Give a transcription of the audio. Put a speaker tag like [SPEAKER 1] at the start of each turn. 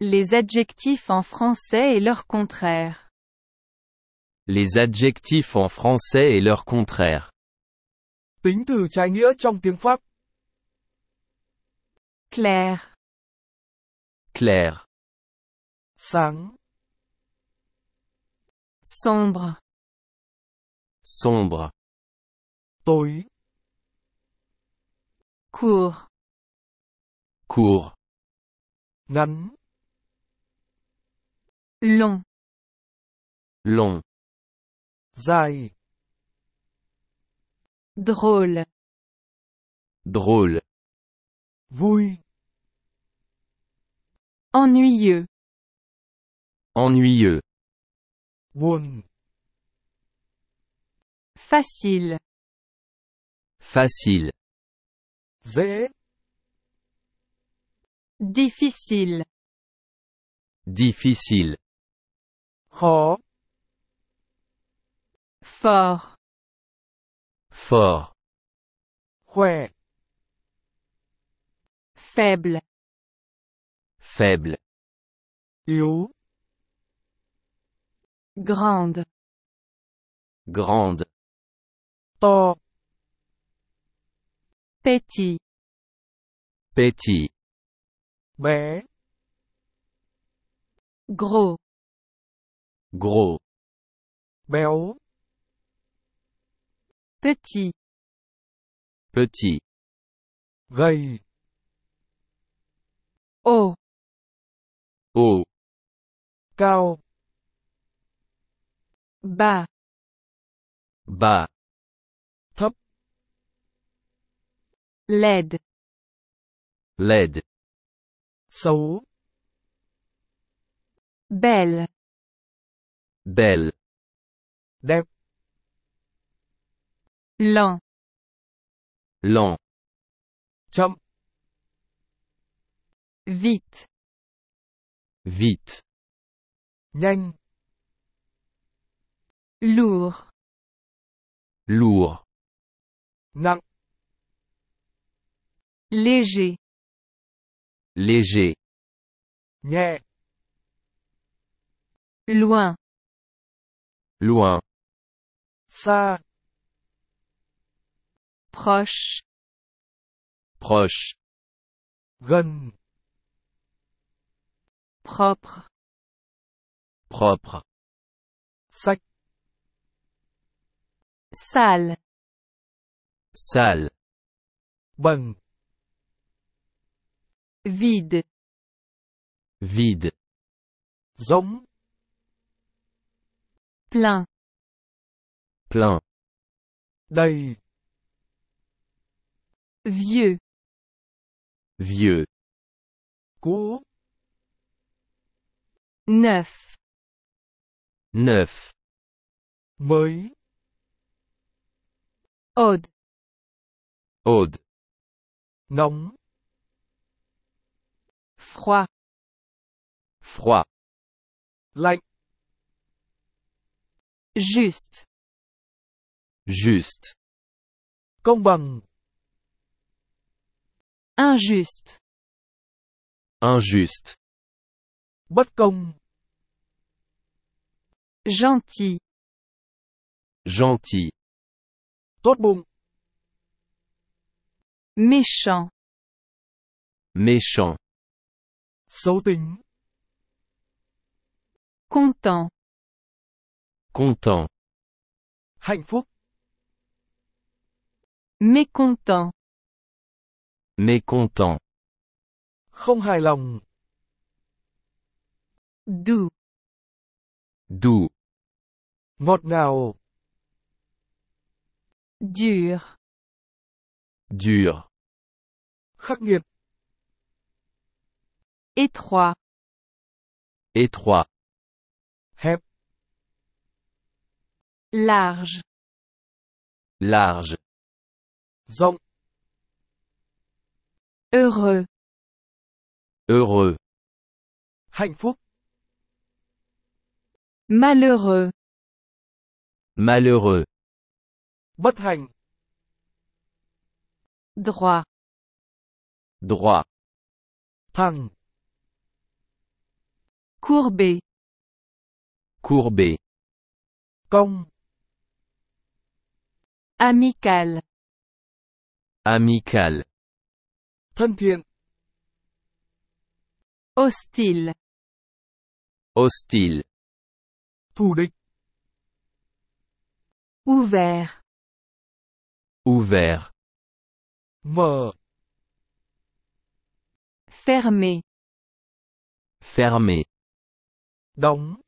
[SPEAKER 1] Les adjectifs en français et leur contraire.
[SPEAKER 2] Les adjectifs en français et leur contraire.
[SPEAKER 3] Tính từ trái nghĩa trong tiếng Pháp,
[SPEAKER 1] Clair,
[SPEAKER 2] Clair,
[SPEAKER 3] sáng,
[SPEAKER 1] sombre,
[SPEAKER 2] sombre,
[SPEAKER 3] tối,
[SPEAKER 1] court,
[SPEAKER 2] court,
[SPEAKER 3] ngắn,
[SPEAKER 1] long,
[SPEAKER 2] long,
[SPEAKER 3] dài,
[SPEAKER 1] drôle,
[SPEAKER 2] drôle,
[SPEAKER 3] vui,
[SPEAKER 1] ennuyeux,
[SPEAKER 2] ennuyeux,
[SPEAKER 3] buồn,
[SPEAKER 1] facile,
[SPEAKER 2] facile,
[SPEAKER 3] dễ,
[SPEAKER 1] difficile,
[SPEAKER 2] difficile,
[SPEAKER 3] khó,
[SPEAKER 1] fort,
[SPEAKER 2] fort,
[SPEAKER 3] khỏe,
[SPEAKER 1] faible,
[SPEAKER 2] faible,
[SPEAKER 3] yếu,
[SPEAKER 1] grande,
[SPEAKER 2] grande,
[SPEAKER 3] to,
[SPEAKER 1] petit,
[SPEAKER 2] petit,
[SPEAKER 3] bé,
[SPEAKER 1] gros,
[SPEAKER 2] gros,
[SPEAKER 3] béo,
[SPEAKER 1] petit,
[SPEAKER 2] petit,
[SPEAKER 3] gầy,
[SPEAKER 1] haut,
[SPEAKER 2] haut,
[SPEAKER 3] cao,
[SPEAKER 1] bas,
[SPEAKER 2] bas,
[SPEAKER 1] laide,
[SPEAKER 2] laide,
[SPEAKER 3] xấu,
[SPEAKER 1] belle,
[SPEAKER 2] belle,
[SPEAKER 3] đẹp,
[SPEAKER 1] lent,
[SPEAKER 2] lent,
[SPEAKER 3] chậm,
[SPEAKER 1] vite,
[SPEAKER 2] vite,
[SPEAKER 3] nhanh,
[SPEAKER 1] lourd,
[SPEAKER 2] lourd,
[SPEAKER 3] nặng,
[SPEAKER 1] léger,
[SPEAKER 2] léger,
[SPEAKER 3] nhẹ,
[SPEAKER 1] loin,
[SPEAKER 2] loin,
[SPEAKER 3] xa,
[SPEAKER 1] proche,
[SPEAKER 2] proche,
[SPEAKER 3] gần,
[SPEAKER 1] propre,
[SPEAKER 2] propre,
[SPEAKER 3] sạch,
[SPEAKER 1] sale,
[SPEAKER 2] sale,
[SPEAKER 3] bẩn,
[SPEAKER 1] vide,
[SPEAKER 2] vide,
[SPEAKER 3] rỗng,
[SPEAKER 1] plein,
[SPEAKER 2] plein,
[SPEAKER 3] đầy,
[SPEAKER 1] vieux,
[SPEAKER 2] vieux,
[SPEAKER 3] cũ,
[SPEAKER 1] neuf,
[SPEAKER 2] neuf,
[SPEAKER 3] mới,
[SPEAKER 1] ode,
[SPEAKER 2] ode,
[SPEAKER 3] nóng,
[SPEAKER 1] froid,
[SPEAKER 2] froid,
[SPEAKER 3] lạnh,
[SPEAKER 1] juste,
[SPEAKER 2] juste,
[SPEAKER 3] công bằng,
[SPEAKER 1] injuste,
[SPEAKER 2] injuste,
[SPEAKER 3] bất công,
[SPEAKER 1] gentil,
[SPEAKER 2] gentil,
[SPEAKER 3] tốt bụng,
[SPEAKER 1] méchant,
[SPEAKER 2] méchant,
[SPEAKER 3] xấu tính,
[SPEAKER 1] content,
[SPEAKER 2] content,
[SPEAKER 3] hạnh phúc,
[SPEAKER 1] mécontent,
[SPEAKER 2] mécontent,
[SPEAKER 3] không hài lòng,
[SPEAKER 1] doux,
[SPEAKER 2] doux,
[SPEAKER 3] ngọt ngào,
[SPEAKER 1] dur,
[SPEAKER 2] dur,
[SPEAKER 3] khắc nghiệt,
[SPEAKER 1] étroit,
[SPEAKER 2] étroit,
[SPEAKER 3] hẹp,
[SPEAKER 1] large,
[SPEAKER 2] large,
[SPEAKER 3] rộng,
[SPEAKER 1] heureux,
[SPEAKER 2] heureux,
[SPEAKER 3] hạnh phúc,
[SPEAKER 1] malheureux,
[SPEAKER 2] malheureux,
[SPEAKER 3] bất hạnh,
[SPEAKER 1] droit,
[SPEAKER 2] droit,
[SPEAKER 3] thẳng,
[SPEAKER 1] Courbé.
[SPEAKER 2] courbé,
[SPEAKER 3] cong,
[SPEAKER 1] Amical.
[SPEAKER 2] amical,
[SPEAKER 3] thân thiện,
[SPEAKER 1] Hostile.
[SPEAKER 2] hostile,
[SPEAKER 3] thù địch,
[SPEAKER 1] Ouvert.
[SPEAKER 2] ouvert,
[SPEAKER 3] mở,
[SPEAKER 1] Fermé.
[SPEAKER 2] fermé,
[SPEAKER 3] đóng,